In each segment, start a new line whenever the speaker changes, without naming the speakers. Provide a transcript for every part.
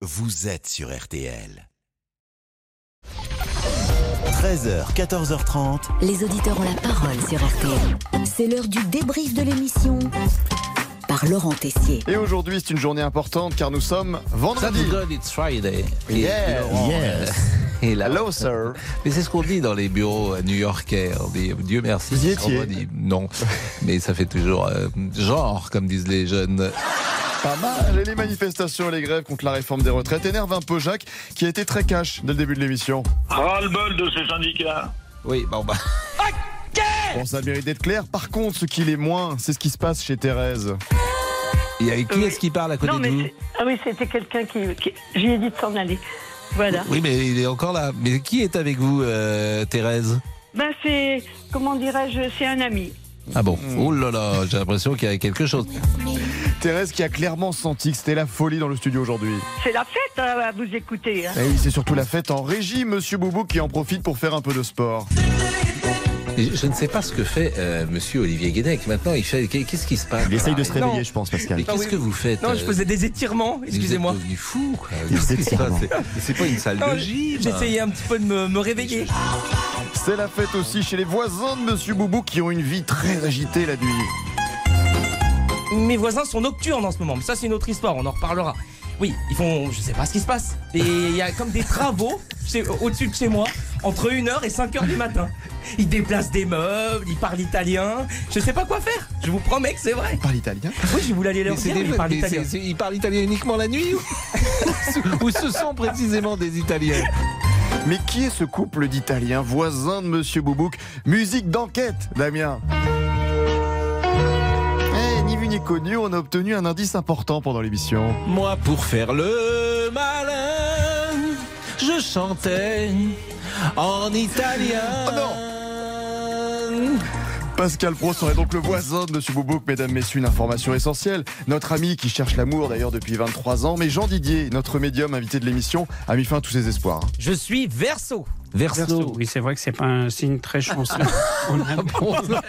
Vous êtes sur RTL. 13h, 14h30.
Les auditeurs ont la parole sur RTL. C'est l'heure du débrief de l'émission par Laurent Tessier.
Et aujourd'hui, c'est une journée importante car nous sommes vendredi.
Thank God it's Friday. Et
Yes.
Laurent,
Yes.
euh, Et là,
Hello, sir.
mais c'est ce qu'on dit dans les bureaux euh, new-yorkais. On dit Dieu merci.
Vous y
c'est
étiez
vendredi. Non, mais ça fait toujours euh, genre, comme disent les jeunes.
Pas mal. Et les manifestations et les grèves contre la réforme des retraites énervent un peu Jacques, qui a été très cash dès le début de l'émission.
Ras-le-bol de ce syndicat.
Oui, bon bah.
Bon, ça mérite d'être clair. Par contre, ce qu'il est moins, c'est ce qui se passe chez Thérèse.
Et avec qui
Oui.
est-ce qui parle à côté
Non, mais
de vous
c'est- ah oui, c'était quelqu'un qui, qui- J'y ai dit de s'en aller. Voilà.
Oui, mais il est encore là. Mais qui est avec vous, euh, Thérèse
Ben, c'est. Comment dirais-je C'est un ami.
Ah bon
Hmm.
Oh là là, j'ai l'impression qu'il y a quelque chose.
Thérèse qui a clairement senti que c'était la folie dans le studio aujourd'hui.
C'est la fête hein, à vous écouter. hein.
Et oui, c'est surtout la fête en régie, Monsieur Boubou qui en profite pour faire un peu de sport.
Je je ne sais pas ce que fait euh, Monsieur Olivier Guédec. Maintenant, il fait. Qu'est-ce qui se passe Ah,
Il essaye de
Ah,
se réveiller,
Non.
je pense,
Mais
Pascal.
qu'est-ce que vous faites
Non, je
euh,
faisais des étirements, excusez-moi.
Vous êtes devenu fou, quoi.
Il
Qu'est-ce
s'est
qui se passe
vraiment.
C'est- C'est pas une salle
Non,
de gym. hein.
J'essayais un petit peu de me, me réveiller.
C'est la fête aussi chez les voisins de Monsieur Boubou qui ont une vie très agitée la nuit.
Mes voisins sont nocturnes en ce moment, mais ça c'est une autre histoire, on en reparlera. Oui, ils font, je sais pas ce qui se passe. Et il y a comme des travaux chez- au-dessus de chez moi, entre 1h et 5h du matin. Ils déplacent des meubles, ils parlent italien, je sais pas quoi faire. Je vous promets que c'est vrai.
Par l'italien
Oui, je voulais aller leur
Mais c'est
dire,
des-
mais ils parlent
mais
italien.
c'est- c'est- ils parlent italien uniquement la nuit ou, ou ce sont précisément des Italiens
Mais qui est ce couple d'Italiens voisins de Monsieur Boubouk Musique d'enquête, Damien Eh, Ni vu ni connu, on a obtenu un indice important pendant l'émission.
Moi, pour faire le malin, je chantais en italien.
Oh Pascal Pro serait donc le voisin de Monsieur Boubouk, mesdames, messieurs, une information essentielle. Notre ami qui cherche l'amour d'ailleurs depuis 23 ans, mais Jean Didier, notre médium invité de l'émission, a mis fin à tous ses espoirs.
Je suis verso.
Verso.
Verseau, Oui, c'est vrai que c'est pas un signe très chanceux. On a-
Bon, Ah, bah,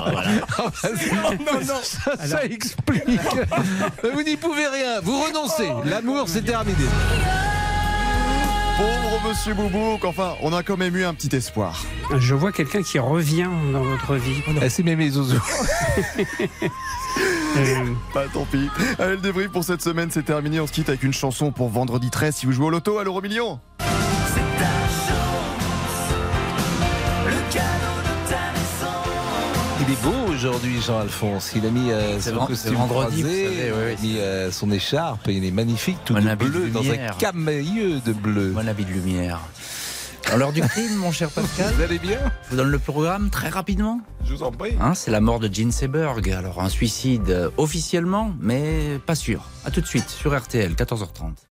Non, non, non.
ça, ça explique. Mais vous n'y pouvez rien. Vous renoncez. L'amour, c'est terminé.
Pauvre Monsieur Boubouk, enfin, on a quand même eu un petit espoir.
Je vois quelqu'un qui revient dans votre vie.
Ah, c'est mémé zouzou.
Euh,
Bah tant pis. Allez, le débrief pour cette semaine, c'est terminé. On se quitte avec une chanson pour vendredi 13 si vous jouez au loto à l'euro million.
Il est beau aujourd'hui, Jean-Alphonse. Il a mis euh, son
ven-
costume
c'est vendredi,
croisé,
vous savez, oui, oui.
il a mis euh, son écharpe, il est magnifique, tout
Un
de
habit de
bleu, dans un
lumière.
camailleux de bleu.
Bon habit de lumière. Alors du crime, mon cher Pascal,
Vous allez bien
je vous donne le programme très rapidement.
Je vous en prie.
Hein, c'est la mort de Gene Seberg. Alors un suicide euh, officiellement, mais pas sûr. À tout de suite sur RTL, 14h30.